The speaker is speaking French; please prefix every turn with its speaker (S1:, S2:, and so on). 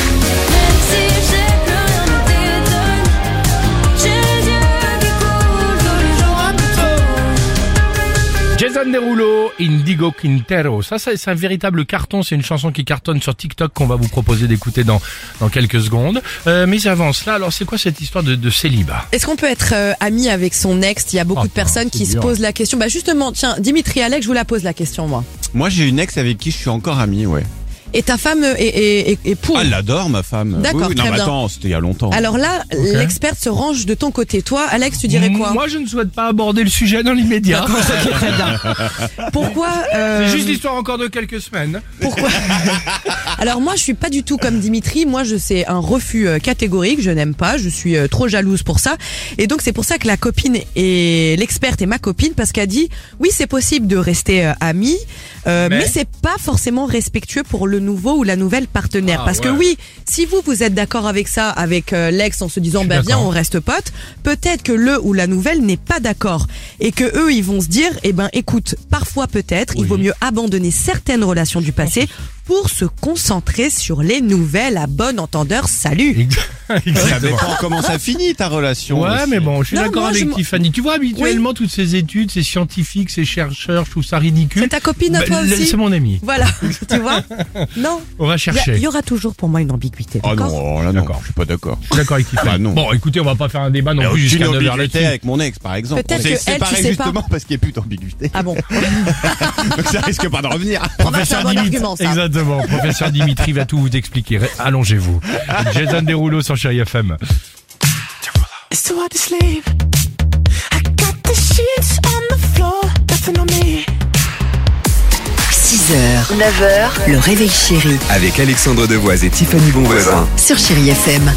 S1: si j'ai plus rien au téléphone, j'ai les yeux qui coulent tous les jours un peu trop.
S2: Jason Derulo, Indigo Quintero. Ça, ça, c'est un véritable carton. C'est une chanson qui cartonne sur TikTok qu'on va vous proposer d'écouter dans, dans quelques secondes. Euh, mais avant cela, alors c'est quoi cette histoire de, de célibat
S3: Est-ce qu'on peut être euh, ami avec son ex Il y a beaucoup
S2: Ah,
S3: de personnes
S2: c'est
S3: qui se
S2: dur.
S3: posent la question. Bah justement, tiens, Dimitri Alex, je vous la pose la question moi.
S4: Moi, j'ai une ex avec qui je suis encore ami, ouais.
S3: Et ta femme euh, est, est- est- est pour.
S4: Ah, elle l'adore, ma femme.
S3: D'accord,
S4: Oui, oui, non,
S3: très
S4: mais
S3: bien.
S4: attends, c'était il y a longtemps.
S3: Alors là, l'experte se range de ton côté. Toi, Alex, tu dirais quoi
S2: Moi, je ne souhaite pas aborder le sujet dans l'immédiat.
S3: Pourquoi euh,
S2: C'est juste l'histoire encore de quelques semaines.
S3: Pourquoi Alors moi, je suis pas du tout comme Dimitri. Moi, je c'est un refus euh, catégorique. Je n'aime pas. Je suis euh, trop jalouse pour ça. Et donc c'est pour ça que la copine et l'experte est ma copine parce qu'elle dit oui, c'est possible de rester euh, amis, euh,
S2: Mais
S3: mais, c'est pas forcément respectueux pour le nouveau ou la nouvelle partenaire.
S2: Ah,
S3: parce que
S2: ouais.
S3: oui, si vous vous êtes d'accord avec ça, avec euh, l'ex, en se disant
S2: suis
S3: bah viens,
S2: d'accord.
S3: on reste potes, peut-être que le ou la nouvelle n'est pas d'accord et que eux ils vont se dire eh ben écoute, parfois peut-être il vaut mieux abandonner certaines relations du passé pour se concentrer sur les nouvelles à bon entendeur. Salut.
S4: ça
S2: Exactement.
S4: dépend comment ça finit ta relation.
S2: Ouais,
S4: aussi.
S2: mais bon, je suis
S3: Non,
S2: d'accord
S3: moi, je
S2: avec
S3: m'en-
S2: Tiffany. Tu vois, habituellement, toutes ces études, ces scientifiques, ces chercheurs, je trouve ça ridicule.
S3: C'est ta copine à
S2: Bah,
S3: toi
S2: là,
S3: aussi. Bah,
S2: C'est mon ami.
S3: Voilà, tu vois Non,
S2: On va
S3: il y a-
S2: chercher.
S3: il y, aura toujours pour moi une ambiguïté.
S4: Oh non,
S3: d'accord
S4: oh là non,
S2: D'accord.
S4: je suis pas d'accord.
S2: Je suis d'accord avec Tiffany.
S4: Bah, non. Euh,
S2: Bon, écoutez, on va pas faire un débat non
S4: Alors,
S2: plus
S4: j'ai une
S2: jusqu'à 9h
S4: ambiguïté
S2: là-dessus.
S4: avec mon ex, par exemple.
S3: Peut-être
S4: On s'est
S3: que elle, tu
S4: séparés
S3: sais pas.
S4: justement parce qu'il n'y a plus d'ambiguïté.
S3: Ah bon
S4: Donc ça risque pas de revenir.
S3: un bon
S2: Dimitri-
S3: argument, ça.
S2: Exactement. Professeur Dimitri va tout vous expliquer. Ré- Allongez-vous. Jason Derulo sur Chéri FM.
S5: It's too hard to sleep. I got the sheets on the floor, nothing on me.
S6: 6h, 9h, le réveil chéri
S7: Avec Alexandre Devoise et Tiffany Bonvoisin.
S6: sur Chéri FM.